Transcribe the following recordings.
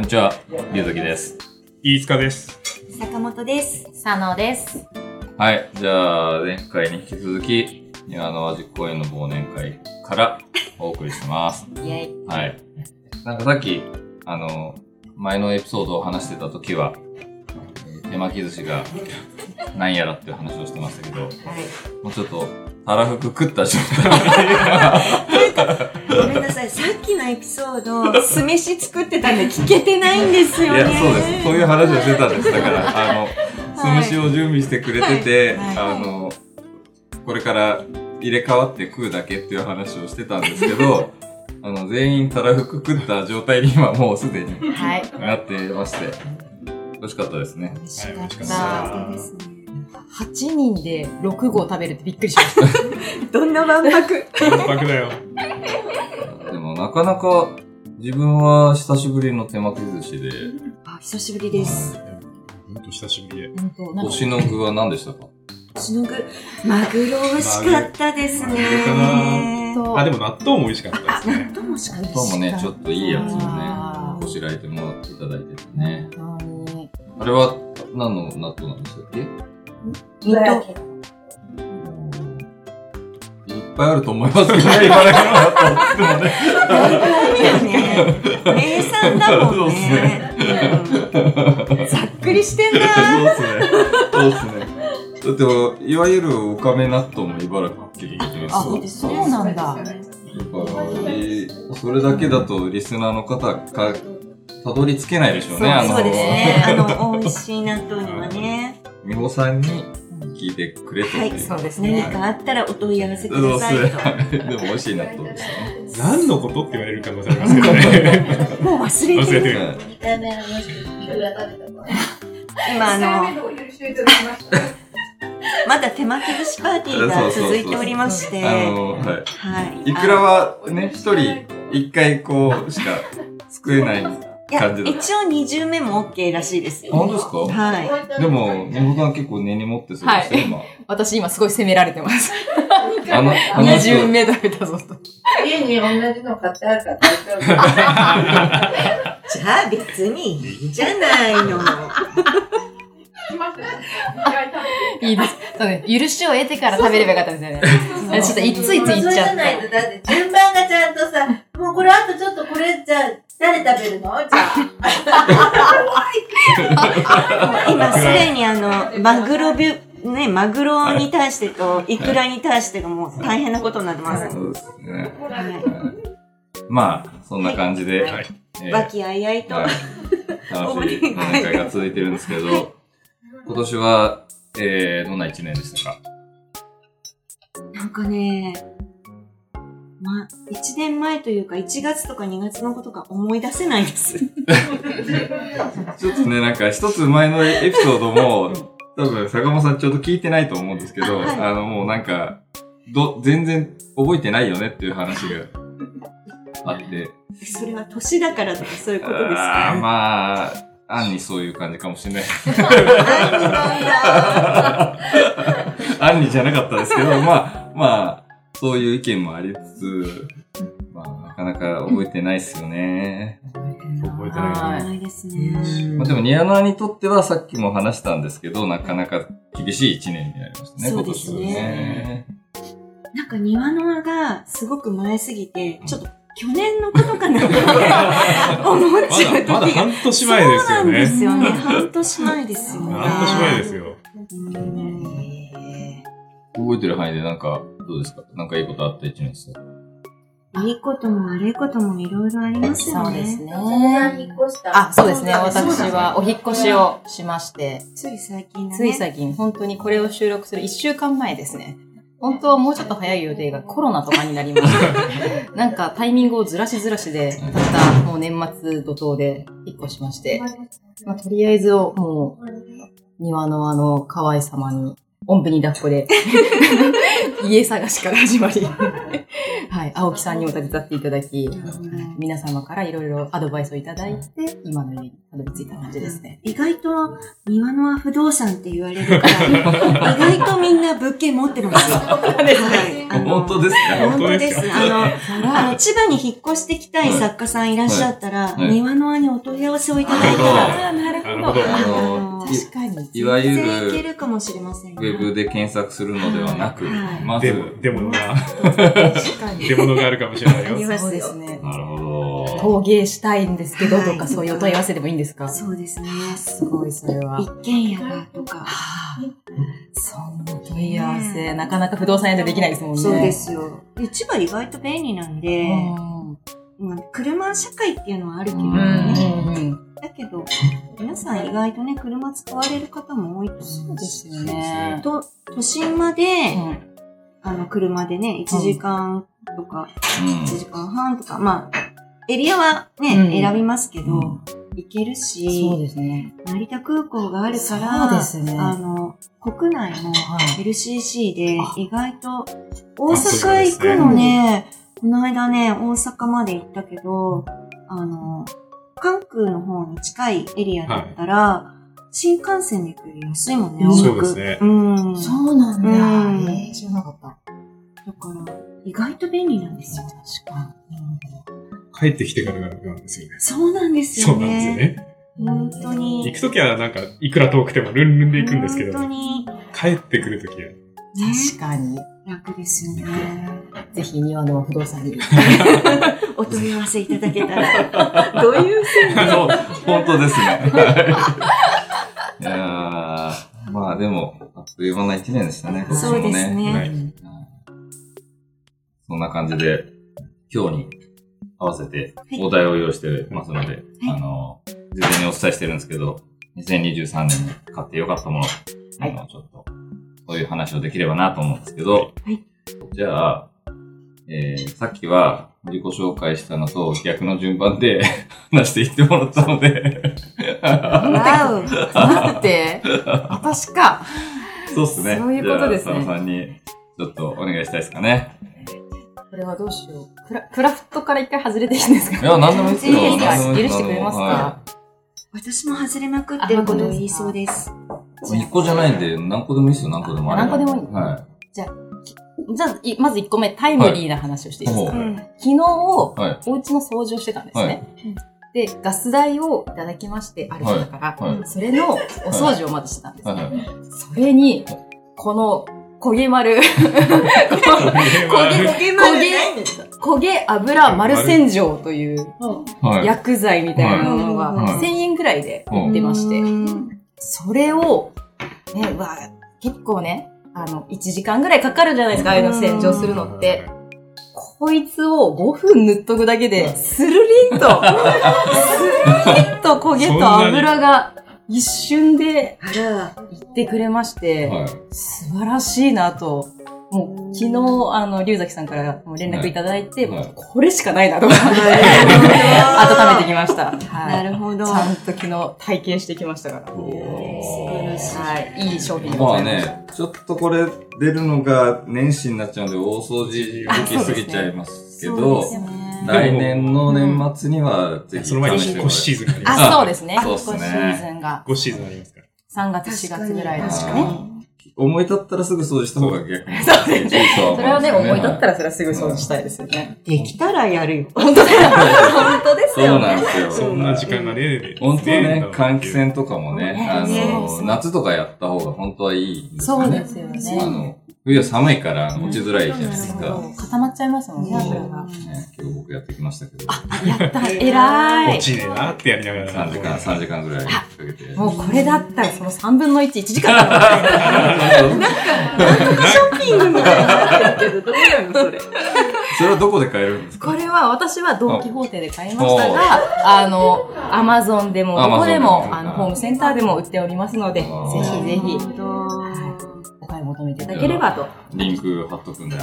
にちは、ゆうときです。飯塚です。坂本です。佐野です。はい、じゃあ、前回に引き続き、庭の和実公園の忘年会からお送りします。イェイ。はい。なんかさっき、あの、前のエピソードを話してた時は、えー手巻き寿司がなんやらっていう話をしてましたけど、はい。もうちょっと、たらふく食った状態。ごめんなさい、さっきのエピソード、 酢飯作って たんで聞けてないんですよいね。や、そうです。そういう話をしてたんです。だから、あの、酢飯を準備してくれてて、はいあの、これから入れ替わって食うだけっていう話をしてたんですけ ど、あの、全員たらふく食った状態に今もうすでにはい。なってまして、美味しかったですね。美味しかったですね。 8人で6合食べるってびっくりしました。どんな万博万博だよ。でも、なかなか自分は久しぶりの手巻き寿司で、あ、久しぶりです。ほんと久しぶりで。本当なん推かしの具は何でしたかしのぐ、マグロ美味しかったですね。マグロかあ、でも納豆も美味しかったで すね。どうもしか今日もね、ちょっといいやつをね、あこしらえてもらっていただいててね。ー本当にあれは何の納豆なんでしたっけきっと、いっぱいあると思いますけどね、茨城の納豆でもね。だいぶあるよね。名産だもんね。うんざっくりしてんな。そうっすね。そうっすね。だって、いわゆるおかめ納豆も茨城って言ってますあそうなんだ。だから、それだけだとリスナーの方はか、たどり着けないでしょうね、あそうので、すね。あの、美味しい納豆にはね。美穂さんに聞いてくれとっていう。はいそうです何ね。かあったらお問い合わせくそうだっさいと。すね。でも美味しい納豆ですね。何のことって言われる可能性ありますけどね。もう忘れ忘てれる。てる。は2回目ありましたけど、いくら食べたか。今あ1回の目、のお許しをいただきました。まだ手巻き寿司パーティーが続いておりまして、 いあの、はい。はい。いくらはね、一人一回こうしか作れない。いや、感じだ一応20目も OK らしいですよ。本当ですかはい。でも、日本さん結構根に持ってそうですね、今。私今すごい責められてます。あの、あの2人巡目食べたぞと。家に同じの買ってあるから大丈夫。じゃあ別にいいじゃないの。来ましたね。2回食いいです。そうね。許しを得てから食べればよかったですよ ね。べてちょっといついついっちゃそれじゃないっと、だって順番がちゃんとさ、もうこれあとちょっとこれじゃあ、誰食べるのじゃ あ。今すでにあの、マグロビュ、ね、マグロに対してと、イクラに対してがもう大変なことになってます。そうですね。はまあ、そんな感じで、はいえい。ー和気あいあいと。はい楽しい飲み会が続いてるんですけど、今年は、えー、どんな一年でしたかなんかね、まあ、1年前というか1月とか2月のことが思い出せないです。ちょっとね、なんか一つ前のエピソード も、多分、坂本さんちょうど聞いてないと思うんですけど、あはいあの、もうなんか、ど、全然覚えてないよねっていう 話があって、それは年だからとかそういうことですあかーまあ、案にそういう感じかもしれない。 案にじゃなかったですけど、まあ、まあ、そういう意見もありつつ、まあ、なかなか覚えてないですよね。覚えてないないですね。まあでも、ニアナーにとってはさっきも話したんですけど、なかなか厳しい一年になりましたね、そ今うで年すはねね。なんか庭の輪がすごく前すぎて、ちょっと去年のことかなって思っちゃう時まだ、まだが。半年前ですそうなよんでね。すよね。半年前ですよね。半年前ですよ。うん覚えてる範囲でなんか、どうですかなんかいいことあった一年ですかいいことも悪いこともいろいろありますよそうね。ですね。引っ越した。あ、そうですね。私そうだ。はお引っ越しをしまして。つい最近だね。つい最近、本当にこれを収録する1週間前ですね。本当はもうちょっと早い予定がコロナとかになりました。 なんかタイミングをずらしずらしで、またもう年末怒涛で引っ越しまして、まあ、とりあえずをもう庭のあの可愛さまにおんぶに抱っこで、 家探しから始まり、 はい、青木さんにも立て立っていただき、皆様からいろいろアドバイスをいただいて、今の家にたどり着いた感じですね。意外と、庭のは不動産って言われるから、意外とみんな物件持ってますよ。はいあの本当ですか本当で。本当ですすあの、あの千葉に引っ越してきたい作家さんいらっしゃったら、はい庭の輪にお問い合わせをいただいたら、ああ、なるなるほどああの、のい確かに。いわゆ全然いけるるかもしれませんウェブで検索するのではなく、はいまずで、も、でもな、確かに出。物があるかもしれないあり よ。ますよそうですね。なるほど。陶芸したいんですけど、はいとかそういうお問い合わせでもいいんですかそうですね。すごい、それは。一軒家がとか。あーそんな問い合わせ、なかなか不動産屋でできないですもんね。そうで。すよ。で、千葉意外と便利なんうで、ん。うまあ、車社会っていうのはあるけどんうね。んうん。だけど、皆さん意外とね、車使われる方も多いと思そううでし。すよね。と、都心まで、うんあの、車でね、1時間とか、1時間半とか、まあ、エリアはね、うん選びますけど、うん行けるそうし、ですね。成田空港があるかそうら、ですねあの、国内のはい。 LCC であ意外と大そう阪で行すねくのね、この間ね、大阪まで行ったけど、あの、関空の方に近いエリアだったら、新幹線で行くより安いもんね、そうですね往復うん。だかそうなんだ。うんえー知らなかった。ら、意外と便利なんですよ。確か帰ってきてからなんですよね。そうなんですそようなんですよね。ね。に。本当に行くときはなんか、いくら遠くてもルンルンで行くんですけど本当、に、帰ってくるときは、ね、確かに。楽ですよね。ぜひ庭の不動産に。お問い合わせいただけたら。 どういうそう、本当ですね。はいいやーまあでも、あっという間な一年でしたね、今年も そうですね。はいそんな感じで、今日に合わせてお題を用意してますので、あの、事前にお伝えしてるんですけど、2023年に買ってよかったもの、あの、ちょっと、そういう話をできればなと思うんですけど、はいじゃあ、えー、さっきは自己紹介したのと逆の順番で 話していってもらったので、わお 待って、私か。そうっすね。そういうことですねじゃあ、佐野さんに、ちょっとお願いしたいですかね。これはどうしよう。クラクラフトから一回外れていいんですか いや、何でもいいですよ。いいですか何でも許してくれますか、は私も外れまくってることを言いそうです。い、1個じゃないんで、何個でもいいですよ、何個でもあれば。何個でもいいはじゃあ、いまず1個目、タイムリーな話をしていいですか、はういん。昨日、おい。はい。家の掃除をしてたんですね。はいで、ガス代をいただきまして、ある日だから、はいはそれのお掃除をまずしてたんですね。はいはい。それに、この、焦げ丸、げ焦焦げ焦げ焦げ油丸洗浄というはい。薬剤みたいなものがはい1000円くらいでうん売ってまして、うんそれを、ね、うわ、結構ね、あの、1時間ぐらいかかるじゃないですか、ああいうの洗浄するのって。こいつを5分塗っとくだけで、スルリンと、スルリンと焦げと油が一瞬であら、いってくれまして、はい。素晴らしいなと。もう昨日、あの、龍崎さんからもう連絡いただいて、はいはいこれしかない なと思って 温めてきました。は。ないるほちど。ゃんと昨日体験してきましたから。素晴らしいはい。いい商品でごまざあいました。ね、ちょっとこれ出るのが年始になっちゃうので、大掃除できすぎちゃいますけそうど、ですね。来年の年末にはぜひ、その前に引っ越しシーズンがあります。あ、そうですね。そうっすね今年シーズンが5シーズンありますから。 3月、4月ぐらいです確かかにね。思い立ったらすぐ掃除した方が逆に。 そうですねいいとはそれはね、思思いうんです立よったらそれはすぐ掃除したいですよ ね。できたらやるよ。本当だよ。本当ですそうよなんね。ですよ。そんな時間がね、本当はね、換気扇とかもねね、あねの、夏とかやった方が本当はいいんですそようでね。すよあね。の、冬は寒いから落ちづらいじゃないですか。そう固まっちゃいますもんね、そう油ねが。今日僕やってきましたけど、やった、偉い落。ちねえなってやりながら。 3時間、3時間ぐらいかけて。もうこれだったらその3分の1、1時間だもんね それはどこで買えるんですこかれは私はドン・キホーテで買いましたが、あの、アマゾンでも、どこで Amazon でも、もあの、ホームセンターでも売っておりますので、ぜあーひぜひ、なるほどお買い求めていただければ と。リンク貼っとくんだよ。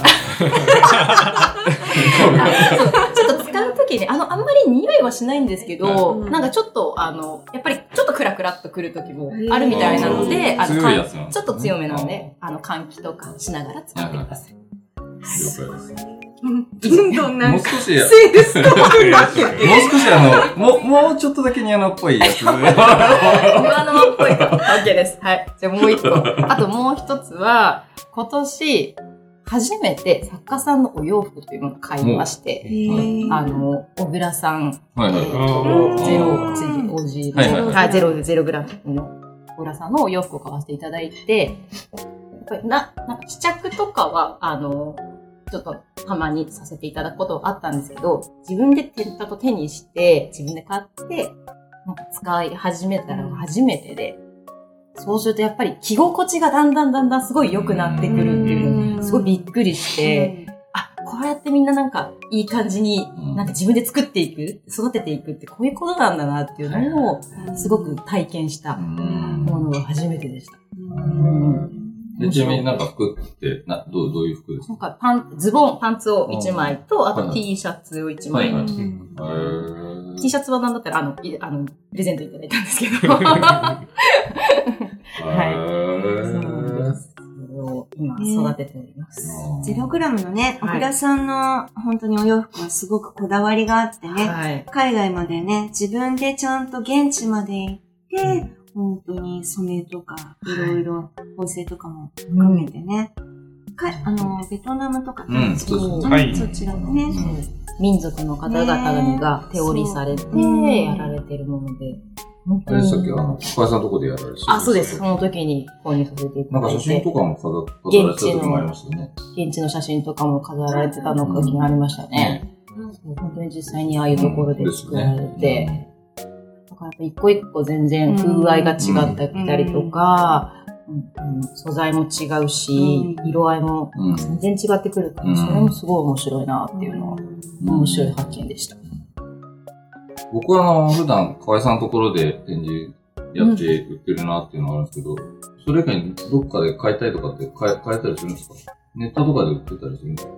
ちょっと使うときね、あの、あんまり匂いはしないんですけど、うんなんかちょっと、あの、やっぱりちょっとクラクラっとくる時もあるみたいなので、うんあの、強いやつなんかんちょっと強めなので、あの、換気とかしながら使ってくださ い。了解です。どんどんなもんうか、少し、セールストークになってる。もう少しあの、もう、もうちょっとだけニアナっぽいや つ。今のまっぽいか。OK です。はい。じゃあもう一個。あともう一つは、今年、初めて作家さんのお洋服というのを買いまして、あの、小倉さん、はいはえっいはい。あと、ーゼロ、ゼロ、おじ、はいはいはいあゼロ、ゼログラムの小倉さんのお洋服を買わせていただいて、やっぱりな、なんか試着とかは、あの、ちょっとたまにさせていただくことがあったんですけど、自分で手ちゃんと手にして、自分で買って、なんか使い始めたのが初めてで、そうするとやっぱり着心地がだんだんだんだんすごい良くなってくるっていうのうが、んすごいびっくりして、あ、こうやってみんななんかいい感じにうんなんか自分で作っていく、育てていくってこういうことなんだなっていうのをすごく体験したうんものが初めてでした。でちなみになんか服って、な、どう、どういう服ですなかんかパン、ズボン、パンツを1枚と、あはとい T シャツを1は枚。いはい。うんへー T シャツはなんだったら、あの、いあの、プレゼントいただいたんです けど。ははいい。そうなんです。それを今育てております。ゼログラムのね、小はい倉さんの本当にお洋服はすごくこだわりがあってね、はい。海外までね、自分でちゃんと現地まで行って、本当に染めとか、いろいろ縫製とかも含めてね、かあの、ベトナムとか、うんそっちそうそうはいそちらもね、民族の方々が手織りされて、ねやられてるもので。本あれさっきあの、小林さんのとこでやられてたあ、そうです。その時に購入させていなたんかだ写い真てと、かも飾飾られてた時もありましたよね。現地の写真とかも飾られてたのが気になりましたね。本当に実際にああいうところで作られて、だからやっぱ一個一個全然風合いが違ってきたりとか、うんうん素材も違うし、うん色合いもうん。全然違ってくるから、うんそれもすごい面白いなっていうのは、面白いうん発見でした。僕はあの、普段、河合さんのところで展示やって売ってるなっていうのがあるんですけど、それ以外にどっかで買いたいとかって買え買えたりするんですかネットとかで売ってたりするんですか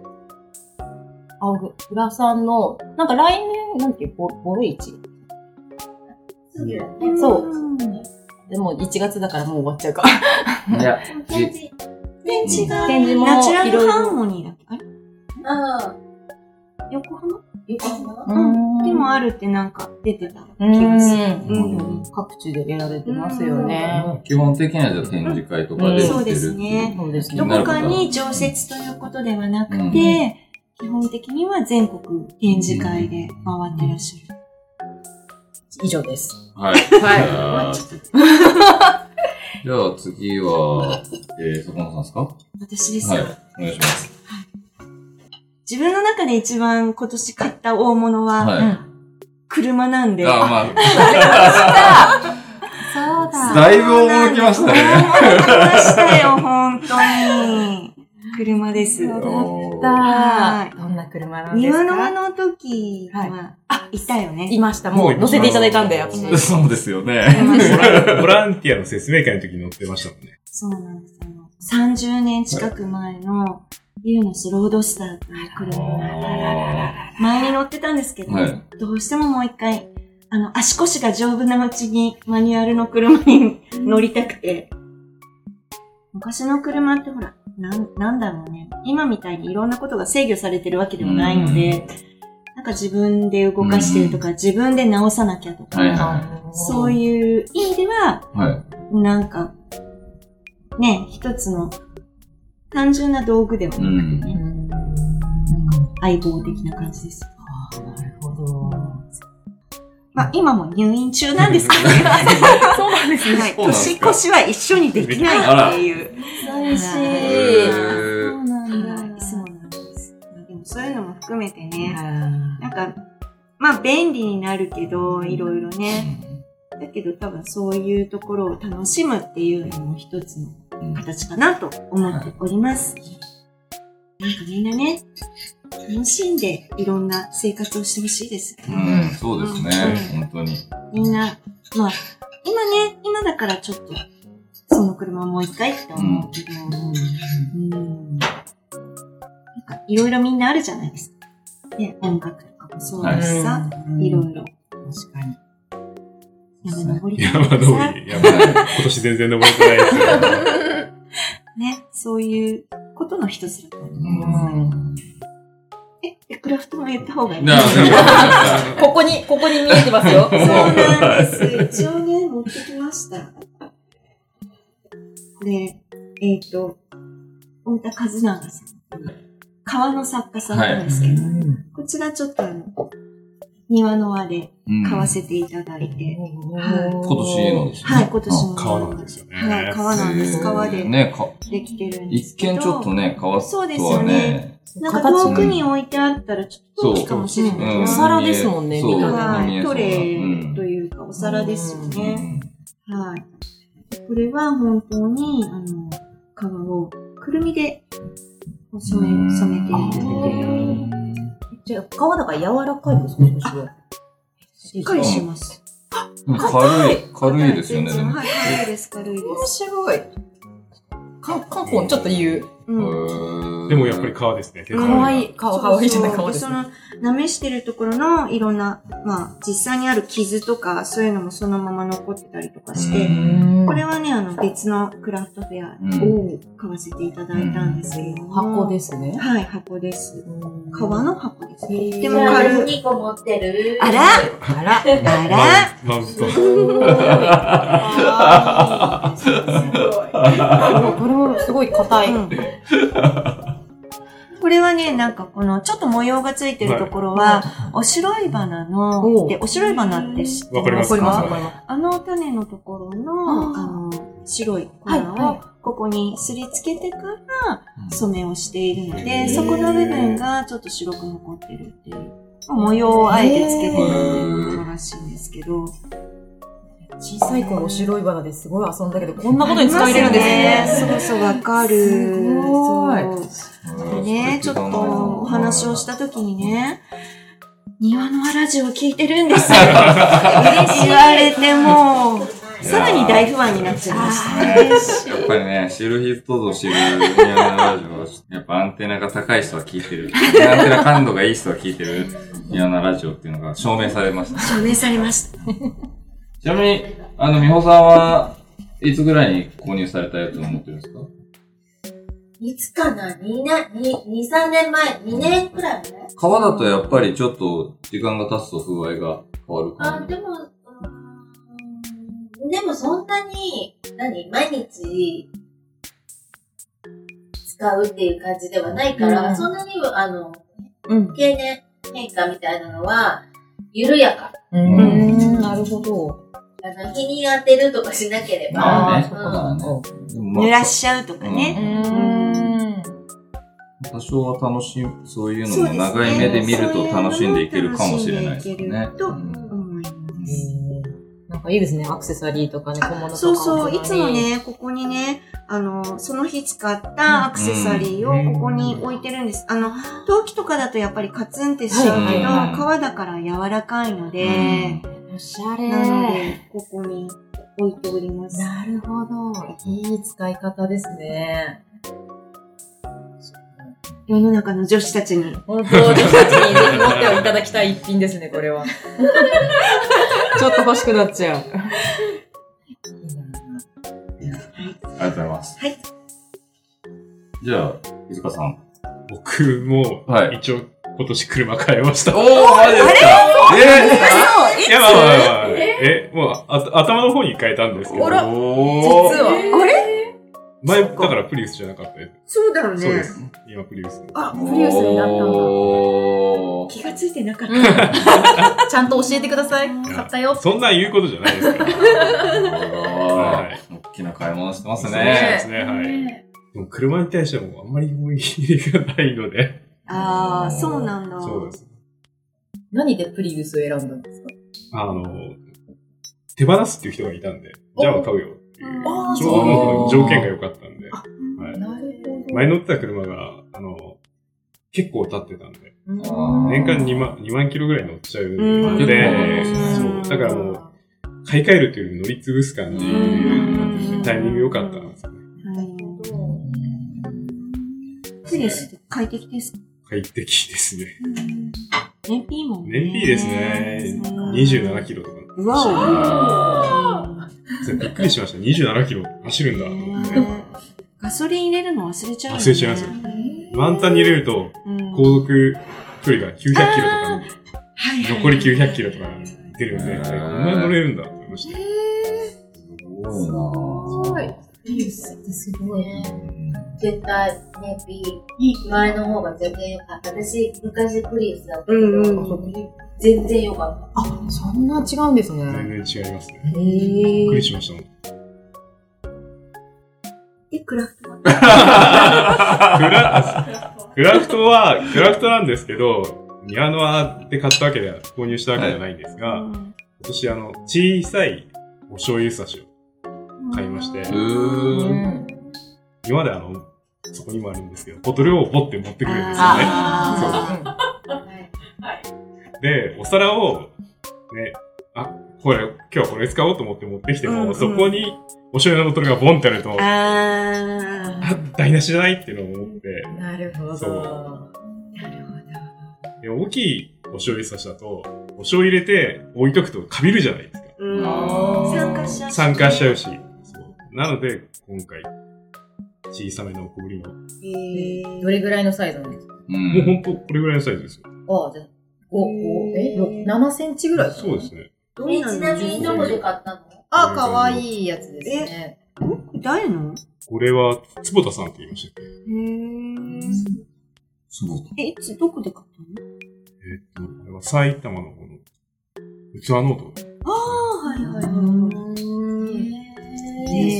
あ、ぐ浦さんの、なんか来年、なんていう、ボボロ市次だね。んそう。でも1月だからもう終わっちゃうか。いや、展示。展示が、展示もナチュラいろいルろハーモニーだっけあれああ。横浜横浜うんでもああるってなんか出てた気る気ががすする。るううん各地でやられてますよね。基本的にはじゃあ展示会とかで売ってるっていそうですね。そうですねどなこるほどかに常設ということではなくて、うん基本的には全国展示会で回ってらっしゃる。以上です。はい。はいやーじゃあ次は、えー、坂本さんですか私ですはよ、い。お願いします。自分の中で一番今年買った大物ははい。あ車なんで。ー、まあ、そうだいぶ驚きました大ね。物買いましたよ、本当に。車です。おーはどんな車なんですか庭の間の時は、あ、いたよね。いました。ももうう乗せていただいたんで、もう私。いま しそうですよいね。ました ボランティアの説明会の時に乗ってましたもん ね。そうなんです。あの、30年近く前の、ユーノスロードスターっていう車あ前に乗ってたんですけど、はいどうしてももう一回、あの、足腰が丈夫なうちにマニュアルの車に乗りたくて。昔の車ってほら、なん、なんだろうね。今みたいにいろんなことが制御されてるわけではないので、なんか自分で動かしてるとか、自分で直さなきゃとーはいか、はそういう意味では、い。はい。なんか、ね、一つの単純な道具ではうなくんて。うね、ん。な相棒的な感じです。るほど。まあ、今も入院中なんですけど、そうなんですね。はい、そうなんです年か越しは一緒にできないっていう。寂しえへーはい。いそうなんです。まあでもそういうのも含めてね、なんか、まあ便利になるけど、いろいろね。だけど多分そういうところを楽しむっていうのも一つのうん形かなと思っております。なんかみんなね、楽しんでいろんな生活をしてほしいです。うん、そうですね。う本当に。みんな、まあ、今ね、今だからちょっと、その車もう一回って思うけど、うん。なんか、いろいろみんなあるじゃないですか。ね、音楽とかかもそうはだしさ、いろいろ。確かに。山登り山登さ、り。山登り。今年全然登れてないですけど。ね、そういうことの一つだと思う。うん。え、エクラフトも言った方がいいなあ、ここに、ここに見えてますよ。そうなんです。一応ね、持ってきました。で、えっ、と、太田和長さん。川の作家さんなんですけど、こちらちょっとあの、庭の輪でうん買わせていただいて、今年のですね。はい、今年も。川なんですよね。はい、川なんです。川でね、かできてるんです一けど。見ちょっとね、川とそうですはよねね、なんか遠くに置いてあったらちょっと大きいかもしれそうなういんおな。皿ですもんねそう見た目ははいい、トレーといいうかお皿ですようね。ん。はい。これは本当に、あの、革をくるみで染め、染めているので、じゃあ、皮だから柔らかいですね、私は。しっかりします。うん軽い、軽いですよね、でも。はい、軽いです、軽いです。白い。かん、かんぽんちょっと言う。うんでもやっぱり川ですね。かわいい、かわいいじゃない、かわいいですそね。の、舐めしてるところのいろんな、まあ、実際にある傷とか、そういうのもそのまま残ってたりとかして、これはね、あの、別のクラフトフェアを買わせていただいたんですけれども。箱ですね。はい、箱です。革の箱です。へーとっても軽い。 2個持ってる。あらあら。あらマウンマウント。 あすごい。ーこれもすごい硬い。うんこれはね、なんかこの、ちょっと模様がついてるところは、お白い花おの、うで、お白い花って知ってわかりますわかります、わわかかりりまあの種のところの、あーあの、白い粉はいはを、ここにすりつけてからうん。染めをしているのへで、ーそこの部分がちょっと白く残ってるっていう。模様をあえてつけてるっていうことらしいんですけど。す。小さい頃、お白い花ですごい遊んだけど、こんなことに使えれるんですね。すごそうわかる。すごいそうでね、ちょっとお話をしたたときにね、庭のわラジオを聞いてるんですよ。言われてもう、さらに大不安になっちゃいました。やっぱりね、知る人ぞ知る宮野ラジオは、やっぱアンテナが高い人は聞いてる。アンテナ感度がいい人は聞いてる宮野ラジオっていうのが証明されました。署名されました。ちなみに、あの、美穂さんはいつぐらいに購入されたやつを持ってるんですかいつかな ?2 年、2、3年前、2年くらい前川だとやっぱりちょっと時間が経つと風合いが変わるあ、感じ。でも、うーんでもそんなに、何毎日、使うっていう感じではないから、うんそんなに、あの、うん。経年変化みたいなのは、緩やか。ううんーん、なるほど。あの、日に当てるとかしなければ。まあねーそうまかでもまあ濡らしちゃうとかうね。ん。多少は楽しい、そういうのも長い目で見ると楽しんでいけるかもしれないですそういうのもね楽しんでいけ。るとうんうんなんかいいですね、アクセサリーとかね、小物とか。そうそう、いつも。ね、ここにね、あの、その日使ったアクセサリーをここに置いてるんです。あの、陶器とかだとやっぱりカツンってしちゃうけど、はいはい皮だから柔らかいので、おしゃれ。なので、ここに置いております。なるほど。いい使い方ですね。世の中の女子たちに。本当、女子たちにぜひ持っていただきたい一品です ね、これは。ちょっと欲しくなっちゃう。ありがとうございます。はい。じゃあ、伊塚さん。僕も、はい一応、今年車買いました。おー、マジですかえいや、まあまあまあまあ。え、もう、あ頭の方に変えたんですけどあ。らお実はあれ前、だからプリウスじゃなかったです。そうだよね。そうです。今プリウス。あ、おプリウスになったんだ。おー気がついてなかった。ちゃん と教えてください。い買やったよ。そんなん言うことじゃないですから。なるほはいど大きな買い物してますそうね。ですね、はい。でも車に対してはもうあんまり思い入れがないので。 ああ、そうなんだ。そうです。何でプリウスを選んだんですかあの、手放すっていう人がいたんで、じゃあ買うよっていう。あーちょうど僕の条件が良かったんで。はいなる前乗ってた車が、あの、結構経ってたんで、ほあー年間2万、2万キロぐらい乗っちゃうんうで、んそう。だからもう、買い替えるというより乗り潰す感じう、んタイミング良かったんですよね。うんうんプリウスって快適ですか快適ですね。燃費いいもんね。燃費いいですねそうか。 27キロとか。うわお。びっくりしました。27キロ走るんだと思ってね。ガソリン入れるの忘れちゃうよね。忘れちゃいますよ満タンに入れると、うん航続距離が900キロとか、はいはい残り900キロとか出るんで、こんなに乗れるんだと思いました。すごいなぁ。すごい。絶対、燃費前の方が全然良かった。私、昔プリウスだったけど、うんうん全然良かった。あ、そんな違うんですね。全然違いますね。えびっくりー、しましたもん。で、クラフトは。クラクラフトは、クラフトなんですけど、ニアノアで買ったわけでは、購入したわけではないんですが、今年あの、小さいお醤油差しを買いまして、うーん。今まであの、そこにもあるんですけど、ボトルを持って持ってくるんですよね。あーで、お皿を、ね、あ、これ、今日はこれ使おうと思って持ってきても、うんうんそこにお醤油のボトルがボンってあると、あ、ああ。台無しじゃないっていうのを思って、 なるほそうど。なるほど。で大きいお醤油差しだと、お醤油入れて置いとくとかびるじゃないですか。うんあー参加しちゃう。酸化しちゃうし。そうなので、今回、小さめのおこぶりの、もへーどれぐらいのサイズなんですかううほん。んとこれぐらいのサイズですよ。ああ、じゃあ、5、5、え、六7センチぐらいかなそうですね。どえ、んちのなみにどこで買ったのあ、かわいいやつですね。誰のこれは、坪田さんって言いましたっけへそう。え。いつ、どこで買ったのえっと、これは埼玉の方の、器ノート。ああ、はいはいはね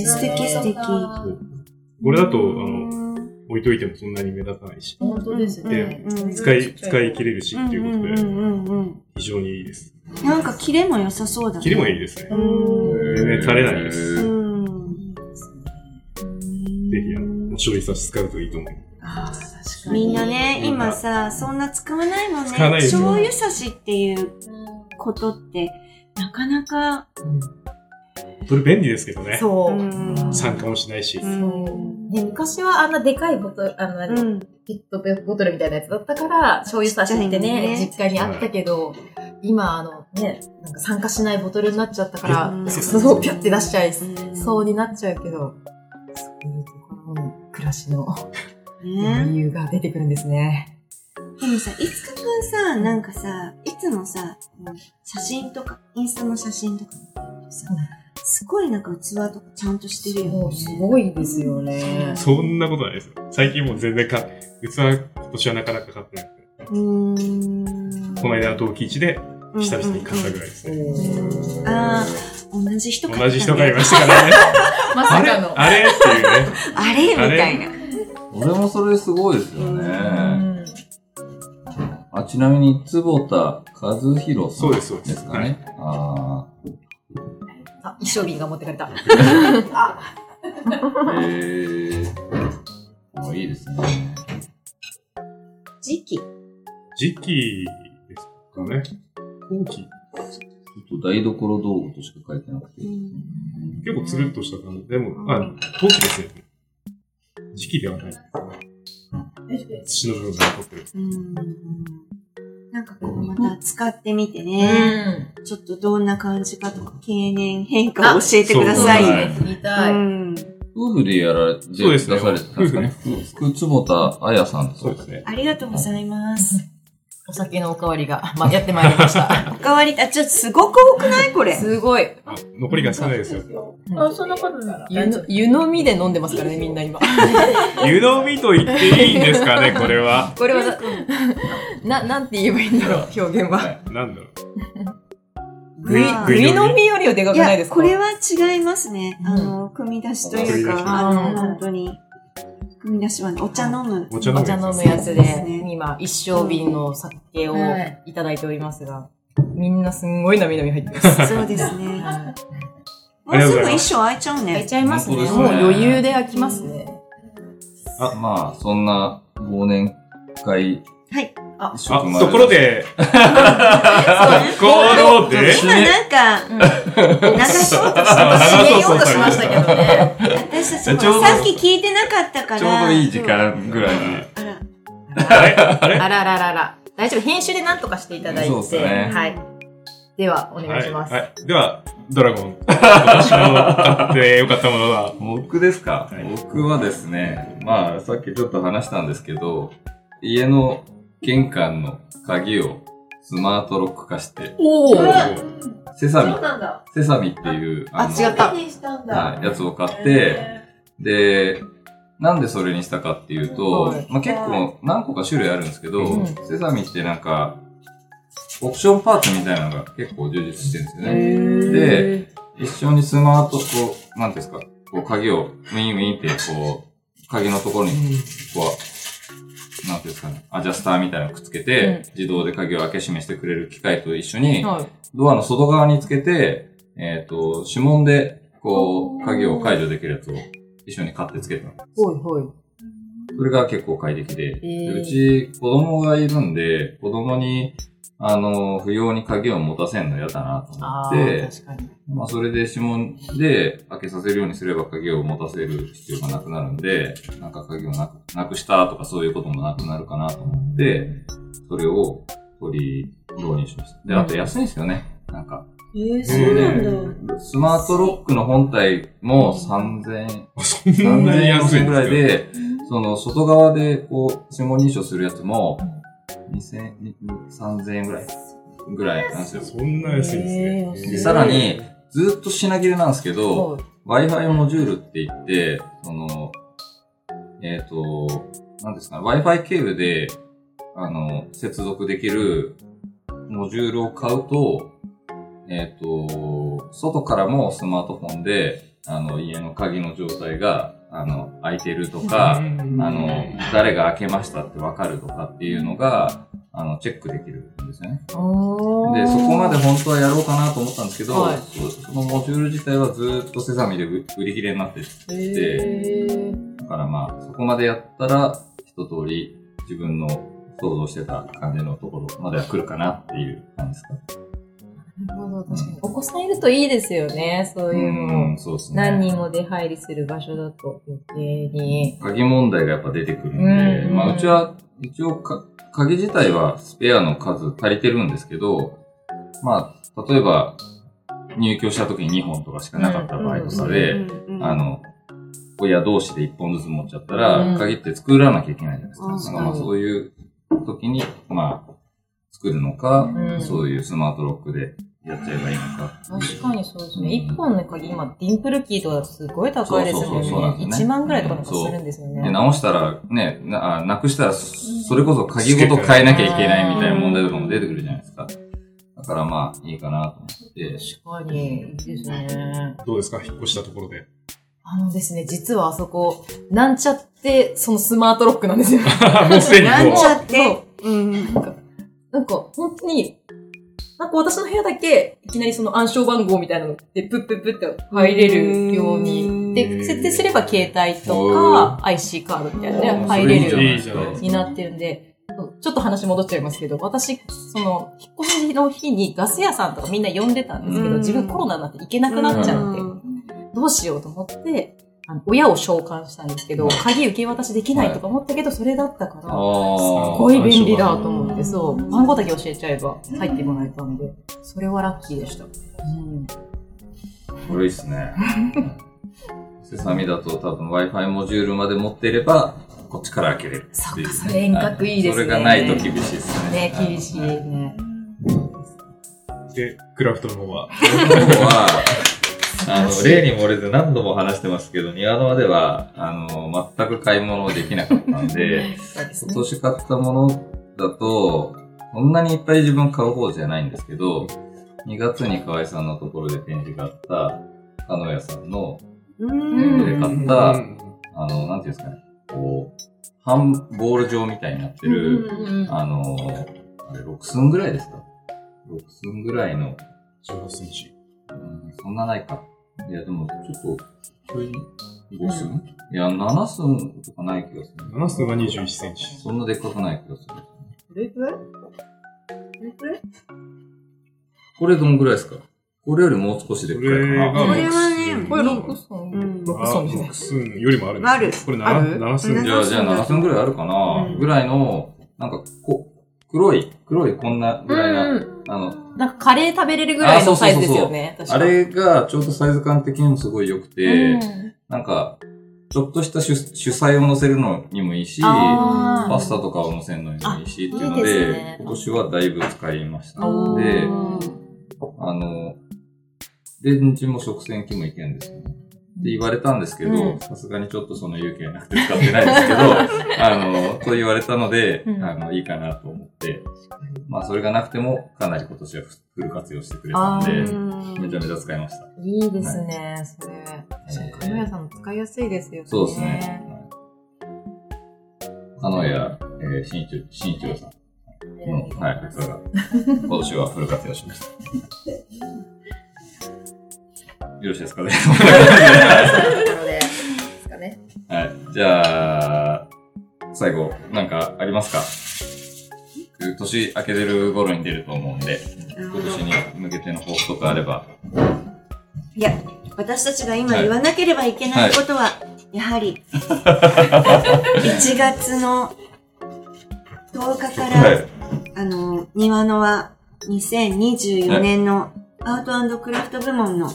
え素敵素敵これだと、あの、置いといてもそんなに目立たないし、本当ですね。うん使い、使い切れるしっていうことで、んうんうんうん非常にいいです。うん。なんか、キレも良さそうだね。切りもいいい。ですねう。ん。へー全然垂れないですうんうん。ぜひ、あの、お醤油差し使うといいと思う。ああ、確かに。みんなね、うん今さ、そんな使わないもんね。使わないですよ醤油差しっていうことって、なかなか、それ便利ですけどね。そうう。ん酸化もしないし。うんで昔はあんなでかいボトル、あの、うペん。ットボトルみたいなやつだったから、醤油差しってね、ちっ実家にあったけど、今、あのね、なんか酸化しないボトルになっちゃったかうら、んそのピャって出しちゃいそうね。になっちゃうけど、そういうところの暮らしの理ね由が出てくるんですね。でもさ、いつかくんさ、なんかさ、いつもさ、写真とか、インスタの写真とか見てるとさ、すごいなんか器とかちゃんとしてるよね。もうすごいですよね。そんなことないですよ。最近もう全然か、器、今年はなかなか買ってなくて。うーん。この間の陶器市で、うん、久々に買ったぐらいですね。うんあー同じ人買ったね同じ人がいました からね。まあされかの。あれっていうね。あれみたいな。俺もそれすごいですようね。んあ、ちなみに、坪田和弘さん。そうですそうですですかね。ああ、衣装瓶が持ってかれた。あ。へえ。あいいですね。時期。 時期ですかね。陶器。ちょっと台所道具としか書いてなくて。結構つるっとした感じ。でも、あ、陶器ですね。時期ではない。土の部分が残ってる。うん。なんかこう、また使ってみてうね、ん。ちょっとどんな感じかとか、経年変化を教えてくださいあよ。はい見たい。うん。夫婦でやられて、そうですね出されてたんですかね。福坪田彩さんそうですね。ありがとうございます。お酒のおかわりが、ま、やってまいりました。おかわり、あ、ちょっとすごく多くないこれ。 すごい。あ、残りが少ないですよ。あ、そんなことない。湯の、湯飲みで飲んでますからね、みんな 今。 湯飲みと言っていいんです かね、これは。これはな、な、なんて言えばいいんだろう、表現は。なんだろう。ぐいまあ、ぐい飲みよりはでかいくないでや、すかこれは違いますね。うんあの、組み出しという組み出しか、あのう、ん本当に。組み出しはね、お茶飲む。お茶飲おむ茶や飲つむです。やつそうで、ですね今、一升瓶の酒をはいいただいておりますが、みんなすんごいなみなみ入って ます。そうですね。はもうすぐ衣装開いちゃうい開いね。ちゃいますね。本当ですもうね余裕で開きますね。あ、まあ、そんな忘年会。はい。あ一色あ、丸ところ。で、ところで、今なんか、流そうとしてます閉めようとしましたけど ね。私たちもちょうどさっき聞いてなかったから。ちょうどいい時間ぐらいに。あら。あれあれあらららら。大丈夫。編集で何とかしていただいて。そうっすねはい。では、お願いします。はい。はいでは、ドラゴン。私の買ってよかったものは、僕ですか、はい僕はですね、まあ、さっきちょっと話したんですけど、家の玄関の鍵をスマートロック化して、おうーわセそサうミ、なんだ。セサミっていう、あ違った手にしたんだ。はい、やつを買っへて、ーで、なんでそれにしたかっていうとはい、まあ、結構何個か種類あるんですけど、うんセサミってなんか、オプションパーツみたいなのが結構充実してるんですよね。で、一緒にスマート、こう、なんていうんですか、こう鍵をウィンウィンって、こう、鍵のところに、こう、なんていうんですかね、アジャスターみたいなのくっつけて、自動で鍵を開け閉めしてくれる機械と一緒に、はい。ドアの外側につけて、えっ、と、指紋で、こう、鍵を解除できるやつを一緒に買ってつけた。ほいほい。それが結構快適で、えーでうち子供がいるんで、子供に、あの、不要に鍵を持たせんの嫌だなとあ思っあて、ー、確かに。まあ、それで指紋で開けさせるようにすれば鍵を持たせる必要がなくなるんで、なんか鍵をなくなくしたとかそういうこともなくなるかなと思って、それを取り導入しました。で、あと安いんですよね。なんか、えー、そうなんだ。スマートロックの本体も3000、 そんなに3000安いんです円かぐらいで、その外側でこう指紋認証するやつも2000、3000円ぐらい、ぐらいなんですよ。そんな安いんですね。でさらに、ずっと品切れなんですけど、はい Wi-Fi モジュールって言って、その、えっ、と、なんですかね、Wi-Fi ケーブルで、あの、接続できるモジュールを買うと、えっ、と、外からもスマートフォンで、あの、家の鍵の状態が、あの、開いてるとか、あの、誰が開けましたってわかるとかっていうのが、あの、チェックできるんですよね。おーで、そこまで本当はやろうかなと思ったんですけど、はいそそのモジュール自体はずーっとセサミで売売り切れになってて、へーだからまあ、そこまでやったら、一通り自分の想像してた感じのところまでは来るかなっていう感じですか。なるほど、確かに。お子さんいるといいですよね、そういうのも。ん、そうですね。何人も出入りする場所だと余計に。鍵問題がやっぱ出てくるんで、うんうんまあ、うちは一応か、鍵自体はスペアの数足りてるんですけど、まあ、例えば、入居した時に2本とかしかなかった場合とかで、うんあ、の、親同士で一本ずつ持っちゃったら、うん鍵って作らなきゃいけないじゃないですか。あなんそかうまあそういう時に、まあ、作るのか、うんそういうスマートロックでやっちゃえばいいのか。確かにそうですうんね。一本の鍵、今、ディンプルキーとかだとすごい高いですよそうそうそうそうなんですね。よね一万ぐらいとかなんかするんですよで、ね。直したら、ね、なあなくしたら、それこそ鍵ごと変えなきゃいけないみたいな問題とかも出てくるじゃないですか。だからまあ、いいかなと思って。確かに、いいですね。どうですか引っ越したところ で。あのですね、実はあそこ、なんちゃって、そのスマートロックなんですよ。 もうすでになんもちう。ゃって。うん。なんか、本当に、なんか私の部屋だけ、いきなりその暗証番号みたいなので、プップップって入れるように。へで、ー設定すれば携帯とか、IC カードみたいなのでそれ入れいいるじゃないですかいいじゃないですになってるんで、ちょっと話戻っちゃいますけど、私、その、引っ越しの日にガス屋さんとかみんな呼んでたんですけうど、ん自分コロナになって行けなくなっちゃって、どうしようと思って、あの親を召喚したんですけど、鍵受け渡しできないとか思ったけど、それだったから、すあごい便利だ暗証番と思って、そう、番号だけ教えちゃえば入ってもらえたんで、それはラッキーでした。うん。ー、これいいっす ね。セサミだと多分 Wi-Fi モジュールまで持っていれば、こっちから開けれるっていうね。そっかそれ遠隔いいですねそれがないと厳しいですね。ね、厳しいね。で、クラフトの方は。今日は、あの、例に漏れず何度も話してますけど、庭の間では、あの、全く買い物できなかったん で、そうです今ね。年買ったものだと、そんなにいっぱい自分買う方じゃないんですけど、2月に河合さんのところで展示があった、鹿野屋さんの、うん。で買った、あの、なんていうんですかね、こう、半ボール状みたいになってる、うんあのあれ、6寸ぐらいですか ?6 寸ぐらいの、 15センチ。うんそんなないか。いや、でも、ちょっと、それに5寸、いや、7寸とかない気がする。 7寸は21センチ。そんなでっかくない気がする。これくらいこれどんぐらいですかこれよりもう少しそでっかれいかな。がこれはね六寸これ6寸うんあ六寸ですね6寸よりもあるんあるこれある 7, 7寸うんじゃあ、じゃあ7寸ぐらいあるかな、うんぐらいの、なんか、こう、黒い、黒いこんなぐらいな、うんあの、なんかカレー食べれるぐらいのサイズですよね。あ確かれがちょうどサイズ感的にもすごい良くて、うんなんか、ちょっとした主主菜を乗せるのにもいいし、パあースタとかを乗せるのにもいいしっていうのいいで、ですね今年はだいぶ使いました。おでーあの、レンジも食洗機もいけんですよね。って言われたんですけうど、んさすがにちょっとその勇気がなくて使ってないですけ ど、あの、と言われたので、うんあの、いいかなと思って、まあ、それがなくても、かなり今年はフル活用してくれたんで、めちゃめちゃ使いました。いいですね、それ。えーカメラさんも使いやすいですよね。そうですね。はいカノエや、えー、新一新一郎さんの、はい、僕らが、今年はフル活用しま した。よろしいですかね ということで、ですかね。はい。じゃあ、最後、なんかありますか年明けてる頃に出ると思うんで、今年に向けての抱負とかあれば。いや、私たちが今言わなければいけないことは、やは り、1月の10日から、はい。あの、庭のは2024年のアートクラフト部門の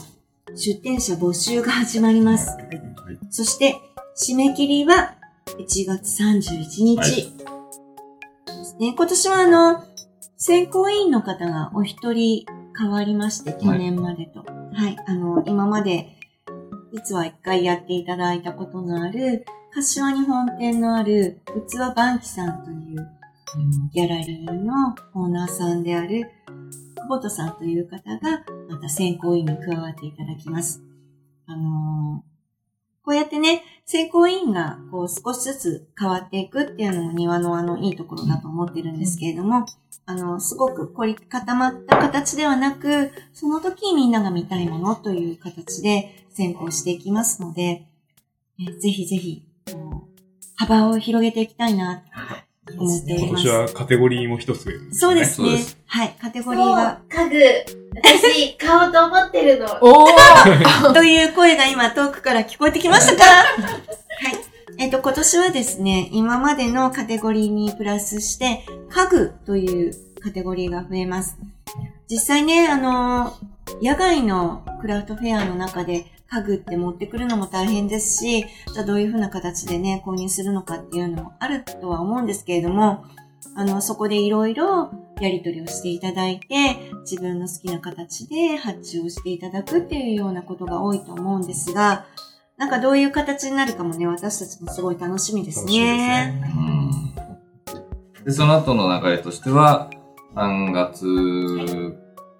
出展者募集が始まります。そして、締め切りは1月31日。はいですね、今年はあの、選考委員の方がお一人変わりまして、去年までと。はい、あの、今まで、実は一回やっていただいたことのある、柏に本店のある、器バンキさんという、ギャラリーのオーナーさんである、久保田さんという方が、また選考委員に加わっていただきます。あのーこうやってね、選考委員がこう少しずつ変わっていくっていうのも庭のあのいいところだと思ってるんですけれども、あの、すごく凝り固まった形ではなく、その時みんなが見たいものという形で選考していきますので、えぜひぜひ、こう幅を広げていきたいなと思って今います。年はカテゴリーも一つですねそうですそうねです。はい。カテゴリーそうが。、家具、私、買おうと思ってるの。おーという声が今遠くから聞こえてきました かはい。えっ、と、今年はですね、今までのカテゴリーにプラスして、家具というカテゴリーが増えます。実際ね、あのー野外のクラフトフェアの中で家具って持ってくるのも大変ですし、じゃあどういうふうな形でね、購入するのかっていうのもあるとは思うんですけれども、あの、そこでいろいろやり取りをしていただいて、自分の好きな形で発注をしていただくっていうようなことが多いと思うんですが、なんかどういう形になるかもね、私たちもすごい楽しみです楽しみですね。ね。うんで、その後の流れとしては、3月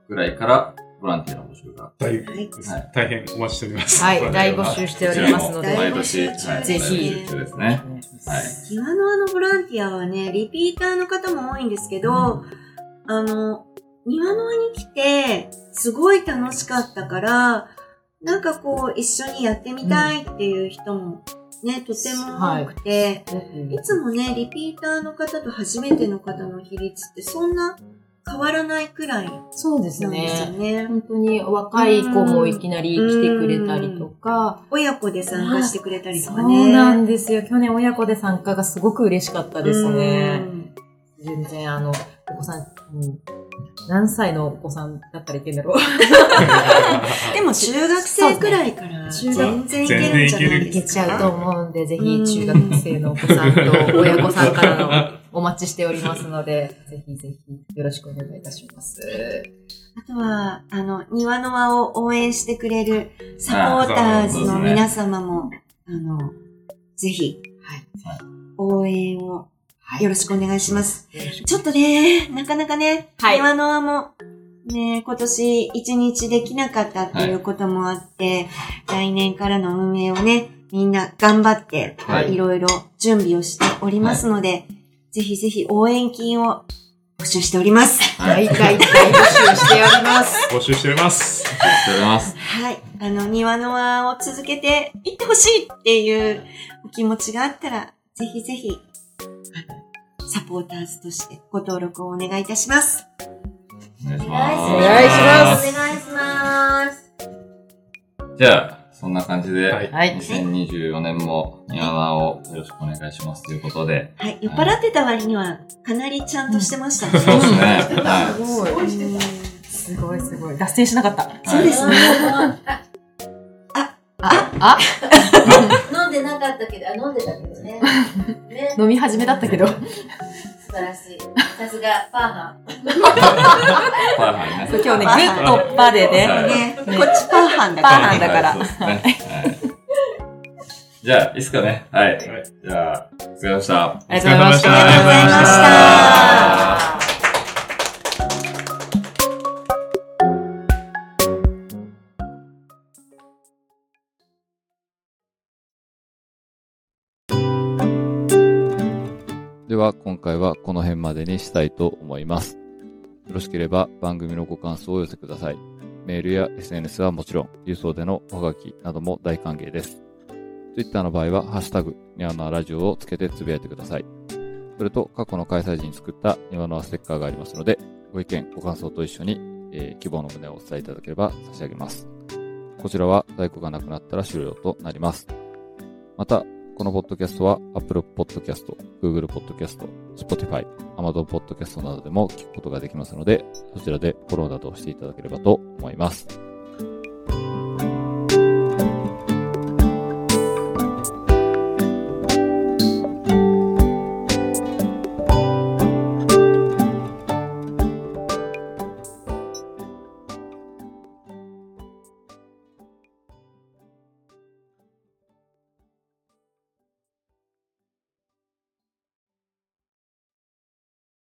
ぐらいからボランティアの募集が。大ですはい大変お待ちしております。はい これ大募集しておりますのこちでらも毎年、はいぜひ大募集中ですね。はい。キワノアのボランティアはね、リピーターの方も多いんですけど、あの、庭の輪に来て、すごい楽しかったから、なんかこう、一緒にやってみたいっていう人もね、とても多くて、いつもね、リピーターの方と初めての方の比率ってそんな変わらないくらいなんそうですでね。すよね。本当に若い子もいきなり来てくれたりとか、親子で参加してくれたりとそかね。うなんですよ。去年親子で参加がすごく嬉しかったですね。全然あの、お子さん、うん何歳のお子さんだったらいけんだろう。うん。でも中学生くらいからそうですね全然いけるんじゃない全然でいけすちか。ゃうと思うんで、ぜひ中学生のお子さんと親子さんからのお待ちしておりますので、ぜひぜひよろしくお願いいたします。あとは、あの、庭の輪を応援してくれるサポーターズの皆様も、あの、ぜひ、はい応援をはいよろしくお願いします。ちょっとね、なかなかね、はい庭の輪も、ね、今年一日できなかったっていうこともあって、来年からの運営をね、みんな頑張って、、はいいろいろ準備をしておりますので、ぜひぜひ応援金を募集しております。大大大募集しております。募集しております。ありがとうございます。はい。あの、庭の輪を続けていってほしいっていうお気持ちがあったら、ぜひぜひ、あのサポーターズとしてご登録をお願いいたします。お願いしおます。願いしますお願いします。じゃあ、そんな感じでじで、はいはい。 2024年もニワワをよろしくお願いしますということで。はい。酔っ払ってた割には、かなりちゃんとしてましたね。そうですね。すはごい。すごいすごい。脱線しなかった。い。そうですね。あ、飲んでなかったけど、あ、飲んでたけど ね。ねあ、。飲み始めだったけど。素晴らしい。さすが、パーハはい。はいはいね。今日ね、グッとパではね。ね、こっちパンハンだパかンハンだからはいそうですねはいじゃあ、いいっすかね。はい。いじゃあ、お疲れ様でした。ありがとうございました。お疲れ様でしたありがとうございましたン。では今回はこの辺までにしたいと思います。よろしければ番組のご感想をお寄せください。メールや SNS はもちろん、郵送でのおはがきなども大歓迎です。Twitter の場合は、ハッシュタグ、ニワノアラジオをつけてつぶやいてください。それと、過去の開催時に作ったニワノアステッカーがありますので、ご意見、ご感想と一緒に、えー希望の旨をお伝えいただければ差し上げます。こちらは在庫がなくなったら終了となります。また、このポッドキャストは Apple Podcast、Google Podcast、Spotify、Amazon Podcast などでも聞くことができますので、そちらでフォローなどをしていただければと思います。